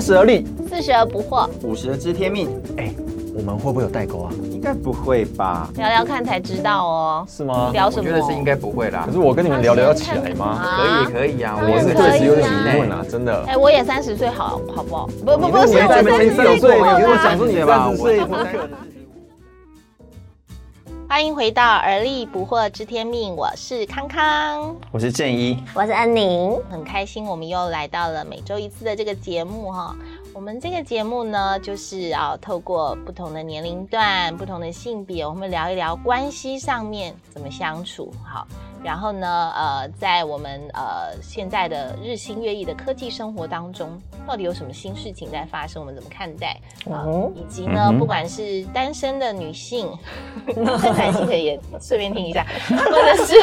十而立，四十而不惑，五十知天命，哎，我们会不会有代沟啊？应该不会吧？聊聊看才知道哦。是吗？聊我什么？啊觉得是应该不会啦可。是我跟你们聊聊要起来吗？可以以。可以啊，当我然我是是可以顿时有点啊疑问啊，真的。哎，我也三十岁，好好不好？不不不是，你在我三没十三十岁岁，过我了跟我啦想说你三十岁不可能。欢迎回到《而立不惑知天命》，我是康康，我是正一，我是安宁，很开心我们又来到了每周一次的这个节目哈。我们这个节目呢，就是啊，透过不同的年龄段、不同的性别，我们聊一聊关系上面怎么相处好。然后呢，呃，在我们呃现在的日新月异的科技生活当中，到底有什么新事情在发生？我们怎么看待？啊、以及呢，嗯哼不管是单身的女性，男性可以也 顺便听一下，或者是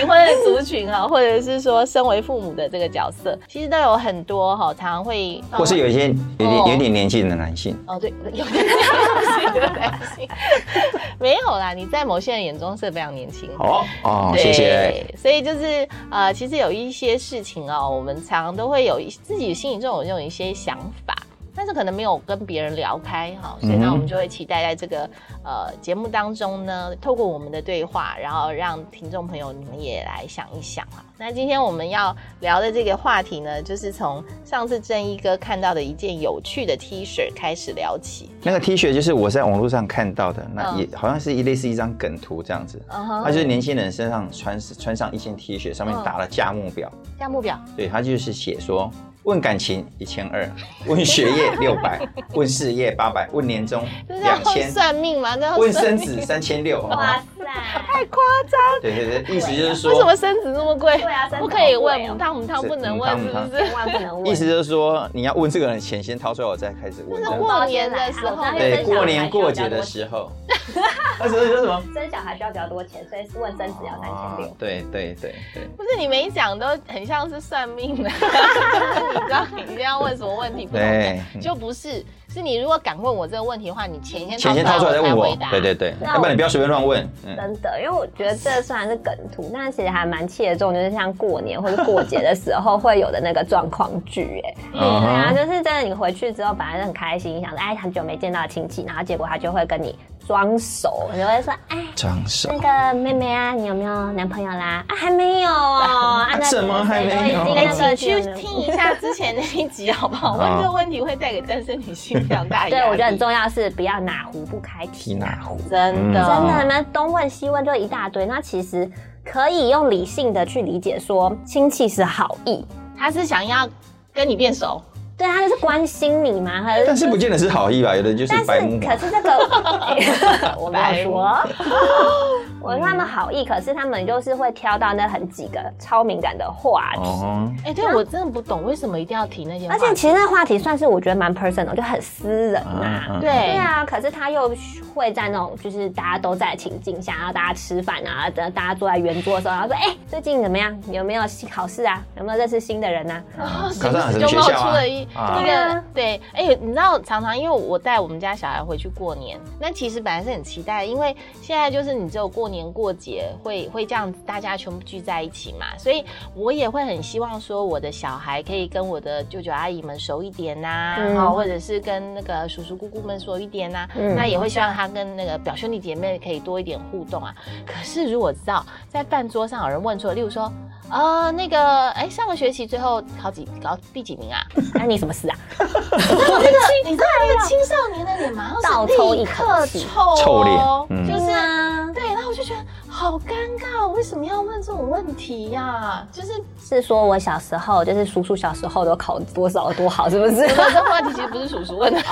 已婚的族群啊， 或者是说身为父母的这个角色，其实都有很多哈、常常会或是有一些有哦点有点年纪的男性，哦，对， 有点年纪的男性， 没有啦，你在某些人眼中是非常年轻。哦哦，对谢谢。。所以就是呃，其实有一些事情哦，我们常常都会有一自己心里中有这种一些想法。但是可能没有跟别人聊开哈，所以嗯呢，哼我们就会期待在这个呃节目当中呢，透过我们的对话，然后让听众朋友你们也来想一想哈。那今天我们要聊的这个话题呢，就是从上次正一哥看到的一件有趣的 T 恤开始聊起。那个 T 恤就是我在网络上看到的，那嗯也好像是一类似一张梗图这样子。嗯它哼，就是年轻人身上穿穿上一件 T 恤，上面嗯打了价目表，价目表对，他就是写说，问感情一千二， 问学业六百，问事业八百，问年终这是两要千，算命吗？这要问算生命子三千六。哇塞！太夸张。对对对，意思就是为什说么，生子那么贵？哦对啊，不可以问三母十汤母汤是不能母问，汤是母汤不是？好贵哦，万不能意问。思就是说，你要问这个人的钱先掏出来，我再开始问。这这是样子过年的时候我，当然对，生小孩过年需要过比较节的多时 候，那时候说什么？生小孩需要比较多钱，所以问生子要三千六啊。对对对对，不是你每一讲都很像是算命 的，你知道你今天要问什么问嗯题不懂的对，就不是。是你如果敢问我这个问题的话，你钱先钱先掏出来再问我才我回答。。对对对，那我要不然你不要随便乱问。嗯，真的，因为我觉得这虽然是梗图，但其实还蛮切中，就是像过年或者过节的时候会有的那个状况剧，哎，嗯对啊，哼就是真的，你回去之后本来是很开心，想着哎很久没见到亲戚，然后结果他就会跟你装熟，你就会说哎。张少那个妹妹啊，你有没有男朋友啦？啊，还没有 哦。啊，那怎么还没有那哎，个请去听一下之前那一集好不 好？问这个问题会带给单身女性非常 大的对压力。，我觉得很重要是不要哪壶不开提提哪壶？真的真的，你们东问西问就一大堆。那其实可以用理性的去理解说，亲戚是好意，他是想要跟你变熟，对他就是关心你嘛，还但是不见得是好意吧？有的就是但白是目可嘛。是这个 我没有说，我说他们好意，可是他们就是会挑到那很几个超敏感的话题。哦，哎，对我真的不懂为什么一定要提那些话而题，且其实那话题算是我觉得蛮 personal，就很私人呐、嗯嗯对对啊，可是他又会在那种就是大家都在的情境下，然后大家吃饭啊，等大家坐在圆桌的时候，然后说：“哎、最近怎么样？有没有新考试啊？有没有认识新的人啊哦考上什么就学冒校出啊了一？啊那个对，哎、你知道常常因为我带我们家小孩回去过年，那其实本来是很期待，因为现在就是你只有过年过节会会这样子大家全部聚在一起嘛，所以我也会很希望说我的小孩可以跟我的舅舅阿姨们熟一点呐、嗯然后、或者是跟那个叔叔姑姑们熟一点呐、嗯那也会希望他跟那个表兄弟姐妹可以多一点互动啊。可是如果知道在饭桌上有人问出，例如说。呃，那个，哎，上个学期最后考几考第几名啊？？” 那你什么事啊？你知道那个青少年的脸马上是倒抽一口立气刻臭哦臭脸嗯就是啊，对，然后我就觉得好尴尬，为什么要问这种问题呀、就是是说我小时候，就是叔叔小时候都考多少多好，是不 是？我这话题其实不是叔叔问 的，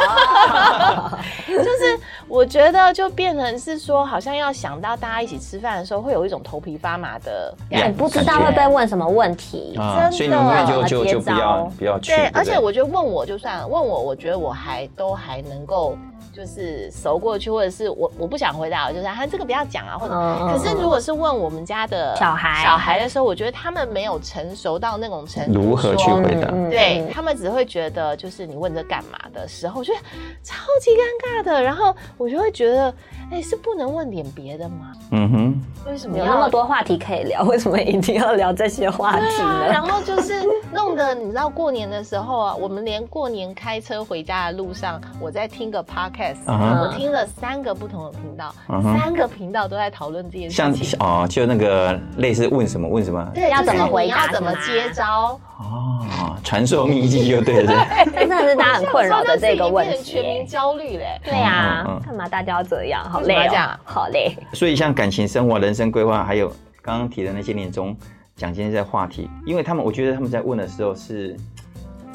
就是我觉得就变成是说，好像要想到大家一起吃饭的时候，会有一种头皮发麻的感觉你哎不知道会被问什么问题。啊，所以你们永远就就就不要不要去。对，不而且我觉得问我就算了，问我，我觉得我还都还能够就是熟过去，或者是我我不想回答，我就是他这个不要讲啊，或者、嗯嗯可是如果是问我们家的小孩小孩的时候，我觉得他们没有成熟到那种程度，如何去说回答？嗯对他们只会觉得就是你问这干嘛的时候，我觉得超级尴尬的。然后我就会觉得，哎、是不能问点别的吗？嗯哼，为什么有要那么多话题可以聊，为什么一定要聊这些话对题啊，呢？然后就是弄得你知道过年的时候啊，我们连过年开车回家的路上，我在听个 podcast，、啊哈我听了三个不同的频道，嗯哼三个频道都在讨论这件像事情。哦，就那个类似问什么问什么对，要就是怎么回答你要怎么是吗接招？哦，传授秘籍就对了。这真的是大家很困 扰的这个问我想说那是已经变成题全民耶。焦虑嘞。对呀嗯嗯，嗯干嘛大家要这样？好为什么累要这样哦啊，好 累。 所以像感情生活、人生规划，还有刚刚提的那些年终奖金的话题，因为他们我觉得他们在问的时候是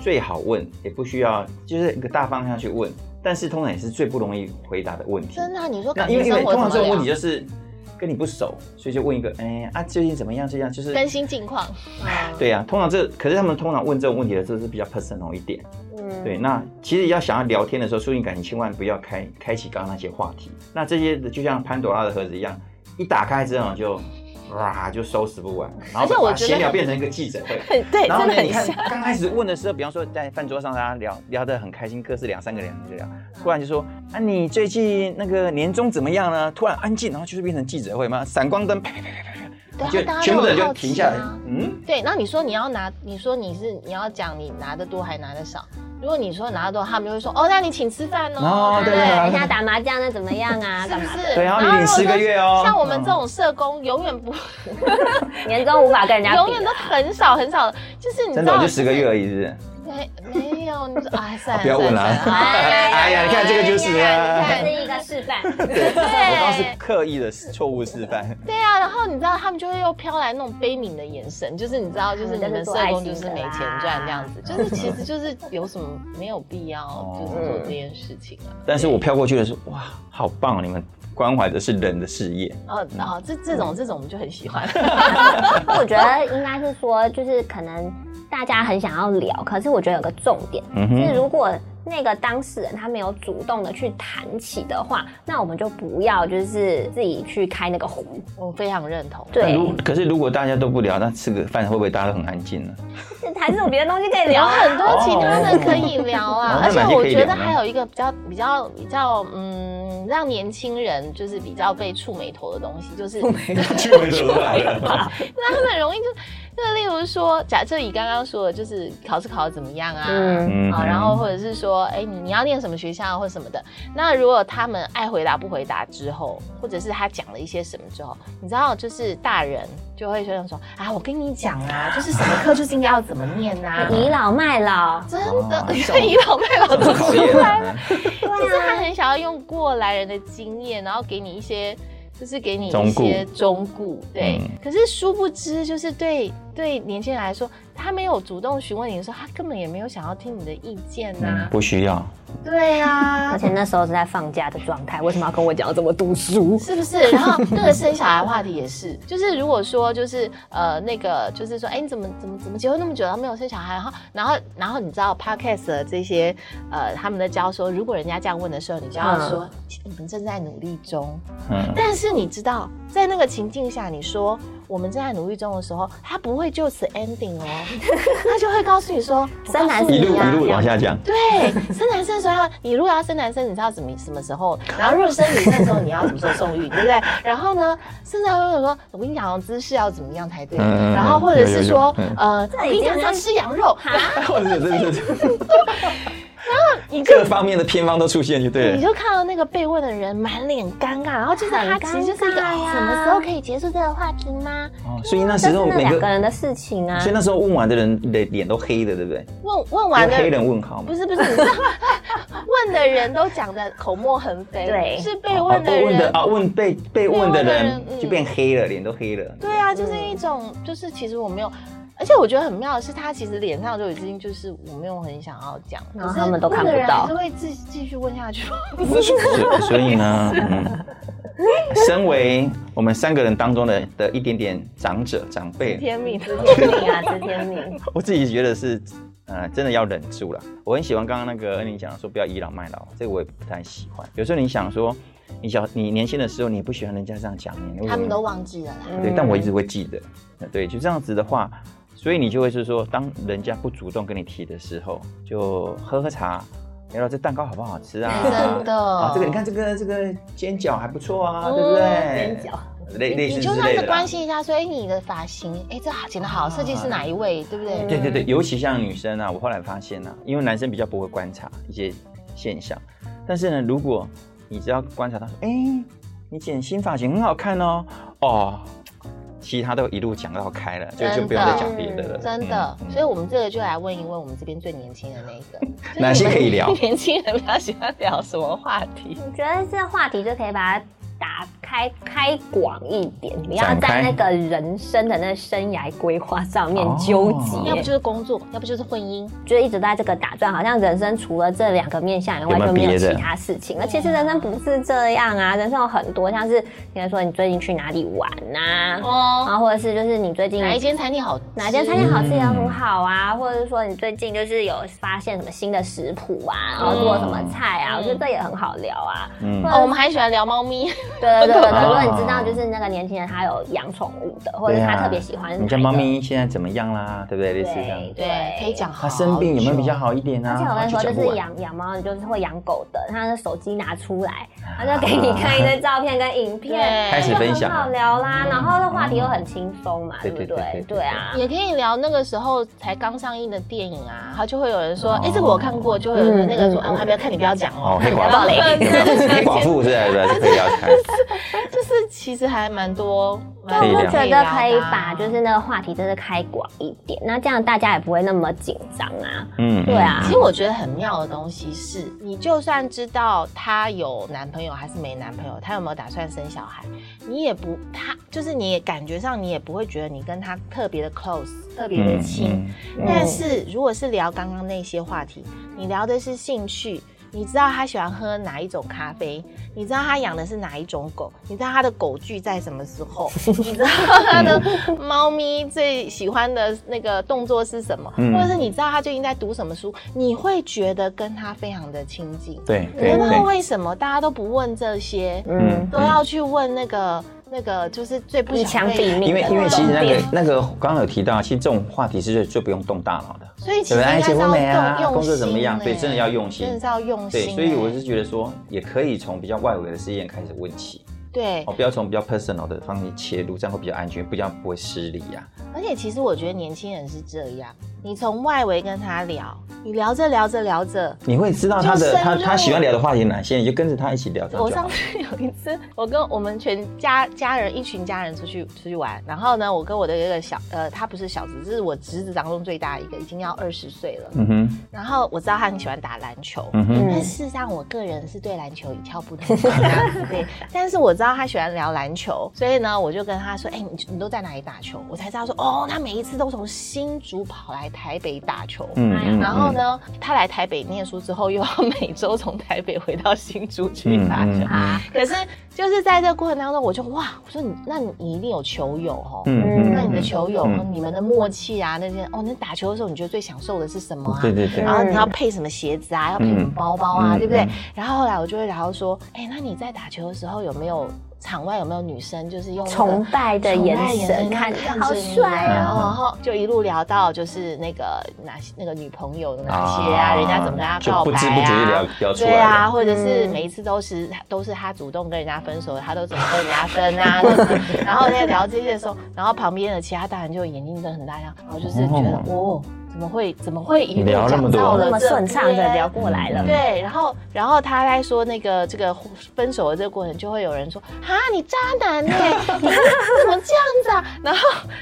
最好问，也不需要就是一个大方向去问，但是通常也是最不容易回答的问题。真的啊、你说那感因情为因为生活怎通常么这种问聊题？就是跟你不熟，所以就问一个，哎啊最近怎么样？最近就是更新近况，对啊，通常这可是他们通常问这种问题的时候是比较 personal 一点。嗯，对，那其实要想要聊天的时候，促进感情，千万不要开开启刚刚那些话题。那这些就像潘朵拉的盒子一样，一打开之后就哇就收拾不完，然而且后我把觉得闲聊很变成一个记者 会。对，然后真的呢，很你看像。刚开始问的时候，比方说在饭桌上大家聊聊得很开心，各自两三个人就聊，突然就说啊你最近那个年终怎么样呢？突然安静，然后就是变成记者会嘛，闪光灯啪啪啪啪对啊，就大家全都部的人很就好停奇下来啊。，嗯。对，那你说你要拿，你说你是你要讲你拿的多还拿的少。如果你说拿的多，他们就会说哦，那你请吃饭哦哦。 对不对啊人家打麻将那怎么样啊？ 是干不嘛？是？对然后你领如果十个说月哦像我们这种社工，永远不，啊年终无法跟人家永比啊远。都很少很少，就是你知真的，道，我就十个月而已，是不是？没没有，你说 哎，算了，不要问了算了算了 哎哎呀，你看这个就是啊。这是一个示范， 我刚刚对是刻意的错误示范，对啊，然后你知道他们就会又飘来那种悲悯的眼神，就是你知道，就是你们社工就是没钱赚这样子，嗯就是其实就是有什么没有必要就是做这件事情啊。但是我飘过去的时候，哇，好棒！你们关怀的是人的事业，哦哦，这这嗯种这种我们就很喜 欢。我觉得应该是说，就是可能大家很想要聊，可是我觉得有个重点嗯是，哼，如果那个当事人他没有主动的去谈起的话，那我们就不要就是自己去开那个壶。我非常认同。那对，如可是如果大家都不聊，那吃个饭会不会大家都很安静呢？ 还是有别的东西可以有聊啊。哦很多其他的可以聊啊哦，而且那哪些我可以觉得聊呢还有一个比较比较比较嗯，让年轻人就是比较被触眉头的东西，就是去回头来了，那 他们很容易就，就例如说，假设你刚刚说的，就是考试考得怎么样啊？嗯嗯啊，然后或者是说，哎，你你要念什么学校啊或什么的。那如果他们爱回答不回答之后，或者是他讲了一些什么之后，你知道，就是大人就会觉得说，啊，我跟你讲啊，就是什么课就是应该要怎么念 啊，嗯倚老卖老，真的，哦所以倚老卖老都考出验来了。了，就是他很想要用过来人的经验，然后给你一些，就是给你一忠些告忠告，对。嗯可是殊不知，就是对对年轻人来说，他没有主动询问你的时候，他根本也没有想要听你的意见呐、嗯不需要，对啊而，且那时候是在放假的状态，为什么要跟我讲要怎么读书？是不 是？然后那个生小孩的话题也是，就是如果说就是呃那个就是说，哎、你怎么怎么怎么结婚那么久，然后没有生小孩，然后然后然后你知道 podcast 的这些呃他们的教说，如果人家这样问的时候，你就要说、我们正在努力中。嗯， 但是你知道，在那个情境下，你说我们正在努力中的时候，他不会就此 ending 哦，他就会告诉你说，我生男告诉一你路啊一路往。下讲， 对，生男生的时候要，你如果要生男生，你知道什么什么时候？然后如果生女生的时候，你要什么时候送育，对不对？然后呢，甚至还会说，我跟你讲哦，姿势要怎么样才对。嗯嗯嗯然后或者是说有有有，嗯呃，我跟你讲要吃羊肉，或者是是你就各方面的偏方都出现就 对你了，就看到那个被问的人满脸尴尬，然后就是他很其实就是一尴个、尬哦呀什么时候可以结束这个话题吗？哦所以那时这是候那每两个个，人的事情啊所以。那时候问完的人的脸都黑的，对不对？问问完用的黑人问号嘛不。是不是，你 知道问的人都讲的口沫横飞，对是被问的哦问的人。啊，问被被问的人被问的人嗯就变黑了，脸都黑了。对啊，就是一种，就是其实我没有，而且我觉得很妙的是，他其实脸上就已经就是我没有很想要讲，然后可是他们都看不到问的人还是会继继续问下去。所所以呢，嗯，身为我们三个人当中的的一点点长者长辈，天命，天命 啊，知天命，我自己觉得是，呃，真的要忍住了。我很喜欢刚刚那个恩宁讲的说不要倚老卖老，这个我也不太喜欢。有时候你想说，你小你年轻的时候你不喜欢人家这样讲你，为什么他们都嗯忘记了啦。对，但我一直会记得。呃对，就这样子的话，所以你就会是说，当人家不主动跟你提的时候，就喝喝茶，聊聊这蛋糕好不好吃啊？ 真的啊，这个你看这个这个煎饺还不错啊，对不边对？角类类似哦你就之算类是的啦关。心一下，所以你的发型，哎，这好剪得好，设计师哪一位，对不对？对对对，尤其像女生啊，我后来发现啊，因为男生比较不会观察一些现象，但是呢，如果你只要观察到说，哎、你剪新发型很好看哦，哦，其他都一路讲到开了，就真的就不要再讲别的了，真的嗯，嗯所以我们这个就来问一问我们这边最年轻的那一个，就是 哪些可以聊你们年轻人比较喜欢聊什么话题？我觉得这话题就可以把它打开开广一点，不要展在开那个人生的那生涯规划上面哦纠结，要不就是工作，要不就是婚姻，就一直在这个打转，好像人生除了这两个面向以外有没有就没有别的其他事情了。其实人生不是这样啊，人生有很多，像是比如说你最近去哪里玩呐、啊，哦，然后或者是就是你最近哪一间餐厅好吃？哪间餐厅好吃也很好啊，或者是说你最近就是有发现什么新的食谱啊，然后做什么菜啊，嗯我觉得这也很好聊啊。嗯或者哦，我们还喜欢聊猫咪，对对对对，啊如果你知道就是那个年轻人他有养宠物的，或者是他特别 喜欢哪一嗯个你家猫，咪现在怎么样啦？对不对？类似这样，对对，可以讲好它久。生病有没有比较好一点啊？而且我跟你说，啊就讲不是完养养猫，就是会养狗的，他的手机拿出来，他就 给你看一堆照片跟影片，对开始分享就很好聊啦。然后这话题又很轻松嘛，对对不对对对对？对啊，也可以聊那个时候才刚上映的电影啊，他就会有人说，哎、这个我看过，就会有人那个说，嗯嗯啊，还没有看，你不要讲哦哦，，黑你不要寡 暴雷对有没有对对 黑寡妇是不是？可以聊开。 就是其实还蛮多，对，蛮我多就聊觉得的啊可以把就是那个话题真的开广一点，那这样大家也不会那么紧张啊。 嗯，对啊其实我觉得很妙的东西是，你就算知道她有男朋友还是没男朋友，她有没有打算生小孩，你也不，她就是你也感觉上你也不会觉得你跟她特别的 close，特嗯别的亲。但是如果是聊刚刚那些话题，你聊的是兴趣，你知道他喜欢喝哪一种咖啡，你知道他养的是哪一种狗，你知道他的狗具在什么时 候，你知道他的嗯猫咪最喜欢的那个动作是什么，嗯或者是你知道他最近在读什么书，你会觉得跟他非常的亲近。对对然后对，为什么大家都不问这些，嗯嗯，都要去问那个那个就是最不一想枪被毙命。因为因为其实那重个点嗯那个刚刚有提到，其实这种话题是最最不用动大脑的。所以其对实不对？应该哎，是结要动婚没啊？用工作怎么心样？对，欸真的要用心真的。是要用心欸。对，所以我是觉得说，也可以从比较外围的试验开始问起，对哦，，不要从比较 personal 的方面切入，这样会比较安全，比较不会失礼啊呀、而且其实我觉得年轻人是这样，你从外围跟他聊，你聊着聊着聊着。你会知道他就的深入他他喜欢聊的话题哪些，你就跟着他一起聊。这样我就上好。次 有一次，我跟我们全家家人一群家人出去出去玩，然后呢，我跟我的一个小呃，他不是小侄子，是我侄子当中最大一个，已经要二十岁了。嗯哼，然后我知道他很喜欢打篮球，嗯哼，但事实上，我个人是对篮球一窍不通这样子， 对。但是我知道他喜欢聊篮球，所以呢，我就跟他说：“哎、你你都在哪里打球？”我才知道说，哦，他每一次都从新竹跑来台北打球。嗯嗯，哎然后呢，他来台北念书之后，又要 每周从台北回到新竹去嗯？打球。嗯啊，可是就是在这个过程当中，我就哇，我说你那你你一定有球友哦。嗯嗯那你的嗯球友、哦嗯你们的默契啊，那些哦，那打球的时候你觉得最享受的是什么啊？对对对然，后你要配什么鞋子啊，要配什么包包啊，嗯对不对？嗯然后后来我就会聊到说，哎、那你在打球的时候有没有场外有没有女生就是用那个崇拜的眼神啊看看着着你好帅然嗯哦。后然后就一路聊到就是那个哪些那个女朋友的哪些啊，人家怎么跟他就告白啊，不知不觉就聊聊出来对了。啊，或者是嗯每一次都是、都是他主动跟人家分手，他都怎么跟人家分啊？那 种然后在聊这些的时候，然后旁边的其他大人就眼睛瞪很大，这样，然后就是觉得、哦，怎么会怎么会一路聊那讲么多到了哦那么这顺畅边的聊过来嗯了，对，然后然后他在说那个这个分手的这个过程，就会有人说啊，你渣男呢、 你怎么这样子啊？然后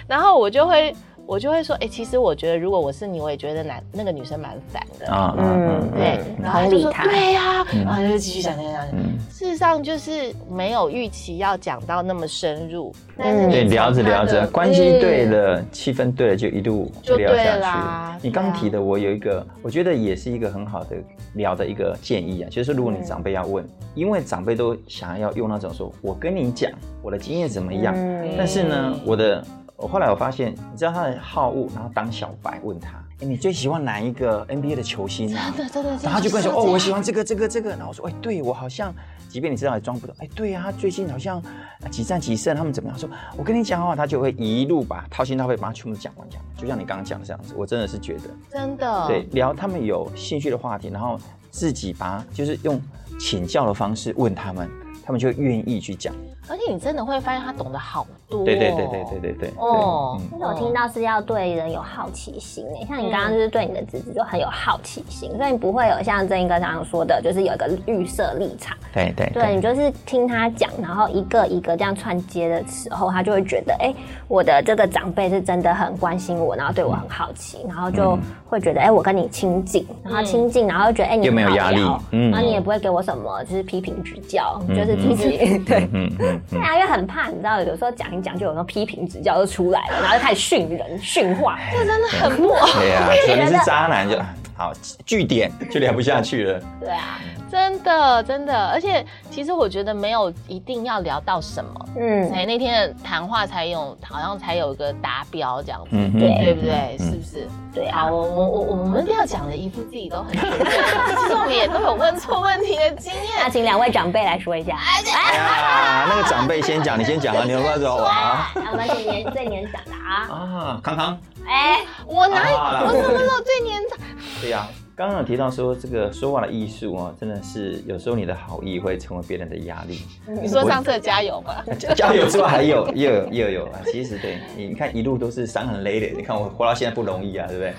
然后我就会我就会说，哎、其实我觉得如果我是你，我也觉得男那个女生蛮烦的。啊啊嗯，对，嗯然后他就说同理他对呀、嗯然后就继续讲讲讲讲。嗯，事实上就是没有预期要讲到那么深入，但是嗯你对，从聊着他聊着的，关系对了，气氛对了，就一路嗯就聊对下啦去。你对刚啊提的，我有一个，我觉得也是一个很好的聊的一个建议啊，就是如果你长辈要问，因为长辈都想要用那种说，我跟你讲我的经验怎么样，嗯但是呢，我的我后来我发现，你知道他的好恶，然后当小白问他，哎，你最喜欢哪一个 NBA 的球星啊？真的真的，然后他就跟你说：“真的哦，这我样喜欢这个这个这个。”然后我说：“哎，对我好像，即便你知道也装不懂。哎，对呀、他最近好像啊几战几胜，他们怎么样？”说：“我跟你讲哦，他就会一路把掏心掏肺把它全部讲完讲完，就像你刚刚讲的这样子。我真的是觉得，真的对，聊他们有兴趣的话题，然后自己把就是用请教的方式问他们，他们就愿意去讲。而且你真的会发现他懂得好多、对对对对对。对对。哦对嗯但是我听到是要对人有好奇心诶、像你嗯刚刚就是对你的侄子就很有好奇心，所以你不会有像郑一哥常常说的，就是有一个预设立场。对对对你就是听他讲，然后一个一个这样串接的时候，他就会觉得，哎、我的这个长辈是真的很关心我，然后对我很好奇，然后就嗯会觉得，哎、我跟你亲近，然后亲近，然后觉得，哎、你又没有很好压力聊啊嗯然后你也不会给我什么就是批评指教，嗯就是自己、 对。嗯嗯对啊，因为很怕，你知道，有时候讲一讲就有那种批评指教就出来了，然后就开始训 人、训话。这真的很不，对呀、啊，说你是渣男就好，据点就聊不下去了。对啊，真的真的，而且其实我觉得没有一定要聊到什么，嗯，哎，那天的谈话才有，好像才有一个达标这样子，嗯哼对不对？嗯是不是？对啊好，，我我我我们不要讲的一副自己都很 准备，其实我们也都有问错问题的经那 验。请两位长辈来说一 下。哎呀，那个长辈先讲，你先讲啊，你要不要走啊？啊，我们请年最年长的啊，啊，康康，哎、我哪啊好啦有？我怎么有最年长？对呀、刚刚有提到说这个说话的艺术啊，真的是有时候你的好意会成为别人的压力。你说上次的加油吧，加加油之外还有又有又有啊，其实对你你看一路都是伤痕累累，你看我活到现在不容易啊，对不对？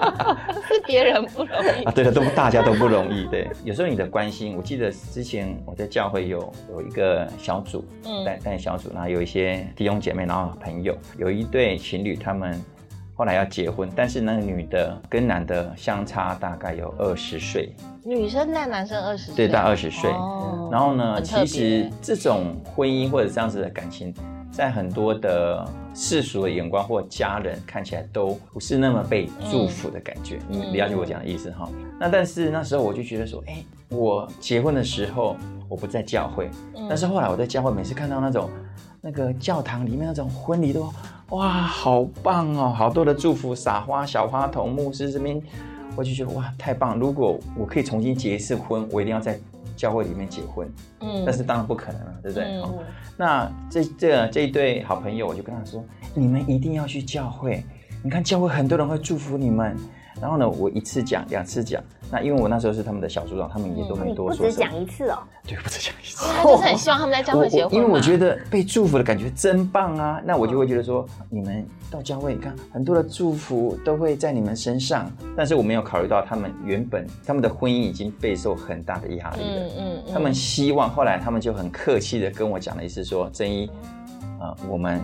是别人不容易啊，。对的，都大家都不容易。对，有时候你的关心，我记得之前我在教会有有一个小组，嗯带带小组，然后有一些弟兄姐妹，然后朋友，有一对情侣，他们后来要结婚，但是那个女的跟男的相差大概有二十岁，女生带男生二十岁，对，大概二十岁。哦然后呢，很特别其实这种婚姻或者这样子的感情，在很多的世俗的眼光或家人看起来都不是那么被祝福的感觉。嗯你了解我讲的意思哈？那但是那时候我就觉得说，哎，我结婚的时候我不在教会，嗯但是后来我在教会每次看到那种那个教堂里面那种婚礼都哇好棒哦，好多的祝福撒花小花筒牧师这边，我就觉得哇太棒！如果我可以重新结一次婚，我一定要在教会里面结婚，嗯但是当然不可能了，对不对？嗯哦那这这这一对好朋友，我就跟他说，哎你们一定要去教会，你看教会很多人会祝福你们。然后呢，我一次讲，两次讲。那因为我那时候是他们的小组长，他们也都嗯没你多不说只什么讲。一次哦，对，不只讲一次。他就是很希望他们在教我会我结婚嘛，嗯因为我觉得被祝福的感觉真棒啊！那我就会觉得说，你们到教会，你看很多的祝福都会在你们身上，但是我没有考虑到他们原本他们的婚姻已经备受很大的压力了。嗯嗯嗯他们希望后来他们就很客气的跟我讲了一次说，真一，呃，我们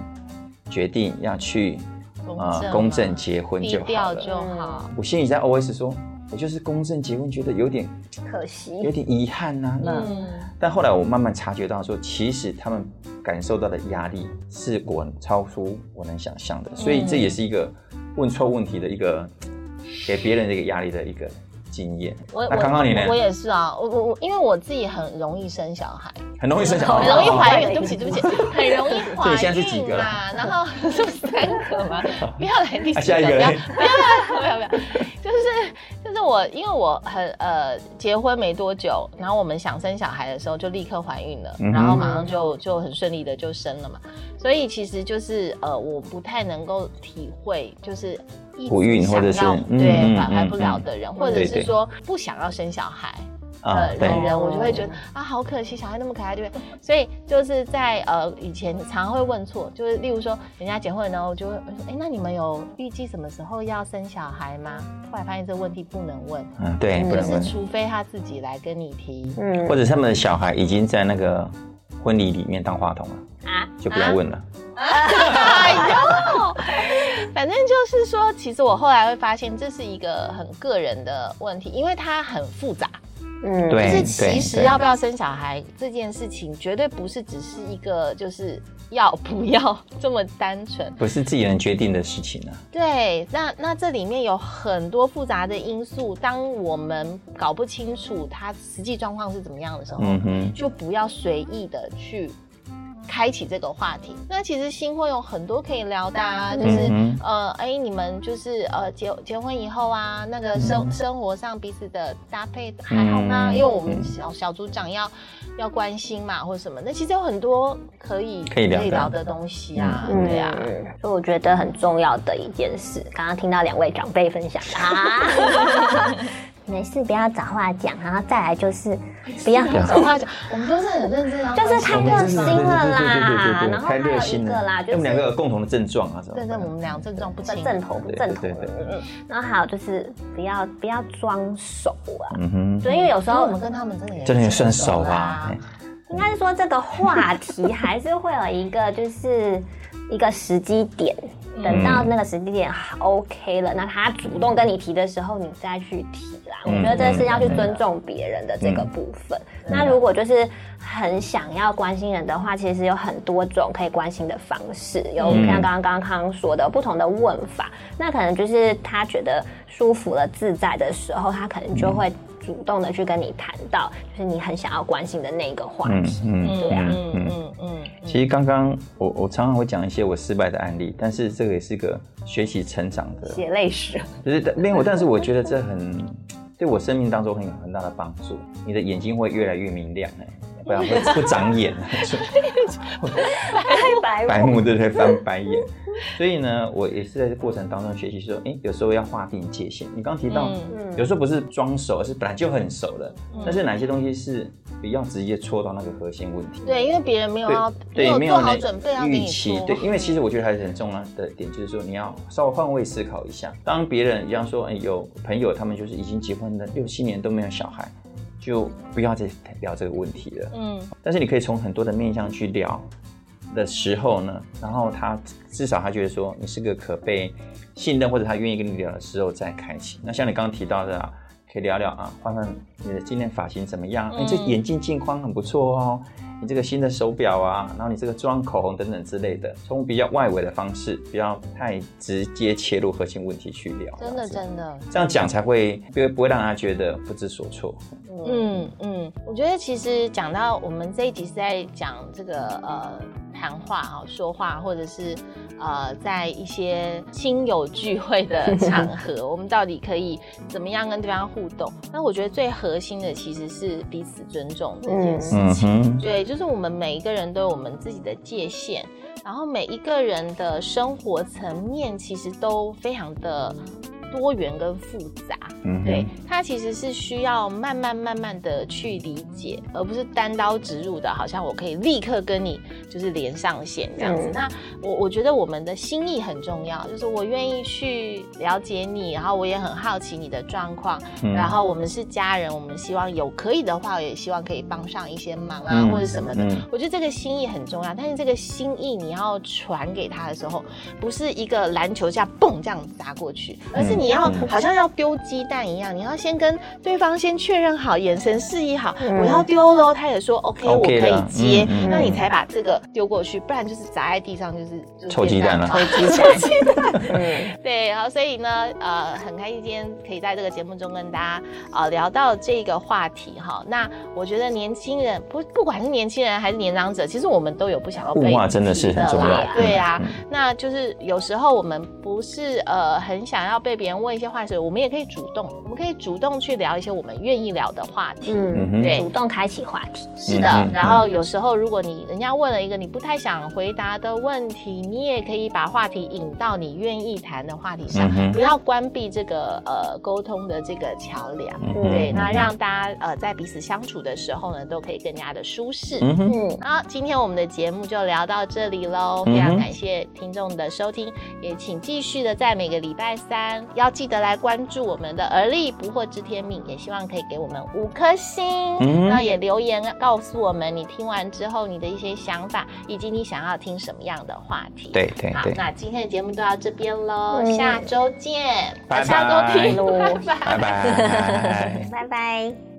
决定要去呃公证公吗证结婚低就好调了。就好。我心里在 OS 说，我就是公证结婚，觉得有点可惜有点遗憾呐、那。嗯，但后来我慢慢察觉到说，其实他们感受到的压力是我超出我能想象的，所以这也是一个问错问题的一个给别人的一个压力的一个经验。我那刚刚你呢我？我也是啊，我我我，因为我自己很容易生小孩，很容易生小孩，很容易怀孕，哦对不起对不起，很容易怀 所以孕你现在是几个了啊？然后 是不是三个嘛？不要来第啊四下个，一不个要不要嘞不要不要，就是就是我，因为我很呃结婚没多久，然后我们想生小孩的时候就立刻怀孕了，嗯哼然后马上就就很顺利的就生了嘛，所以其实就是呃我不太能够体会就是。不孕或者是嗯对嗯怀怀嗯不嗯了的人，或者对是对说不想要生小孩，啊呃，对，人人，我就会觉得啊，好可惜，小孩那么可爱，对不对？所以就是在呃以前常会问错，就是例如说人家结婚呢，我就会我就说，哎，那你们有预计什么时候要生小孩吗？后来发现这个问题不能问，嗯，对，不就能是问，除非他自己来跟你提。嗯或者他们的小孩已经在那个婚礼里面当话筒了，啊，就不要问了。反正就是说，其实我后来会发现这是一个很个人的问题，因为它很复杂。嗯，对就是其对实对要不要生小孩这件事情，绝对不是只是一个就是要不要这么单纯。不是自己能决定的事情啊，对，那那这里面有很多复杂的因素，当我们搞不清楚它实际状况是怎么样的时候，嗯哼，就不要随意的去开启这个话题。那其实新婚有很多可以聊的啊，就是、嗯呃，哎，你们就是呃结结婚以后啊，那个生、生活上彼此的搭配还好吗？嗯因为我们小小组长要要关心嘛，或者什么，那其实有很多可以可以聊的的东西啊，嗯对啊。所以我觉得很重要的一件事，刚刚听到两位长辈分享的啊， 没事，不要找话讲，然后再来就是不要。对啊走话讲，我们都是很认真啊，就是太热心了啦，对对对对对对对然后还太有热心一个了啦，。因为就我们是两个有共同的症状啊，是吧对对，我们俩症状不清，正头不对正头，对嗯对对嗯，然后还有就是不要不要装熟啊，嗯哼，对，因为有时所以候我们跟他们真的也真的也算少啊。哎应该是说这个话题还是会有一个 就是一个时机点，等到那个时机点 OK 了，那他主动跟你提的时候，你再去提啦。我嗯觉得这是要去尊重别人的这个部分。那如果就是很想要关心人的话，其实有很多种可以关心的方式，有嗯像刚刚刚康说的不同的问法，那可能就是他觉得舒服了、自在的时候，他可能就会主动的去跟你谈到，就是你很想要关心的那个话嗯题。嗯嗯嗯嗯嗯。嗯嗯嗯，其实刚刚我我常常会讲一些我失败的案例，但是这个也是个学习成长的，血泪史，就是没有，但是我觉得这很对我生命当中很有很大的帮助。你的眼睛会越来越明亮哎、不然会 不长眼， 哎白白目对不对？翻白眼。所以呢，我也是在这过程当中学习说，哎，有时候要划定界限。你刚提到，嗯嗯有时候不是装熟，而是本来就很熟了，但是哪些东西是不要直接戳到那个核心问题？对，因为别人没有要对对，没没有做好人准备要跟预你期说，对，因为其实我觉得还是很重要的点，就是说你要稍微换位思考一下。当别人一样说，哎，有朋友他们就是已经结婚了六七年都没有小孩，就不要再聊这个问题了。嗯但是你可以从很多的面向去聊的时候呢，然后他至少他觉得说你是个可被信任，或者他愿意跟你聊的时候再开启。那像你刚刚提到的、啊，可以聊聊啊，换换你的今天发型怎么样？哎、嗯这眼镜镜框很不错哦，你这个新的手表啊，然后你这个妆口红等等之类的，从比较外围的方式，不要太直接切入核心问题去聊。真的真的。的，这样讲才会不会不会让他觉得不知所措。嗯嗯，我觉得其实讲到我们这一集是在讲这个呃谈话啊、说话，或者是呃在一些亲友聚会的场合，我们到底可以怎么样跟对方互动？那我觉得最核心的其实是彼此尊重这件事嗯情。哼，对，就是我们每一个人都有我们自己的界限，然后每一个人的生活层面其实都非常的多元跟复杂。嗯哼，对，它其实是需要慢慢慢慢的去理解，而不是单刀直入的，好像我可以立刻跟你就是连上线这样子。嗯那我我觉得我们的心意很重要，就是我愿意去了解你，然后我也很好奇你的状况，嗯然后我们是家人，我们希望有可以的话，也希望可以帮上一些忙啊、嗯或者什么的。嗯我觉得这个心意很重要，但是这个心意你要传给他的时候，不是一个篮球架蹦这样砸过去，而是你要、嗯好像要丢鸡蛋一样，你要先跟对方先确认好，眼神示意好，嗯我要丢喽，他也说 OK，, 我可 OK 以了接，嗯嗯那你嗯才把这个丢过去，不然就是砸在地上就是就是臭鸡蛋了变成 臭鸡蛋。嗯， 对，好，所以呢，呃，很开心今天可以在这个节目中跟大家呃聊到这个话题哈。那我觉得年轻人不不管是年轻人还是年长者，其实我们都有不想要被物化真的是很重记得要啦，对啊。嗯那就是有时候我们不是呃很想要被别人问一些话题，我们也可以主动，我们可以主动去聊一些我们愿意聊的话题。嗯嗯，哼对主动开启话题，是的，嗯嗯然后有时候如果你人家问了一个你不太想回答的问题，你也可以把话题引到你愿意谈的话题上，嗯哼不要关闭这个呃沟通的这个桥梁。嗯哼对，那嗯哼让大家呃在彼此相处的时候呢，都可以更加的舒适。嗯哼，嗯，好，今天我们的节目就聊到这里喽，非嗯常哼感谢听众的收听，也请继续的在每个礼拜三要记得来关注我们的而立不惑之天命，也希望可以给我们五颗星，嗯哼那也留言告诉我们你听完之后你的一些想法，以及你想要听什么样的话题。，对对好对，，那今天的节目就到这边喽，嗯下周见，拜下周听，拜拜拜 拜拜。嗯拜拜。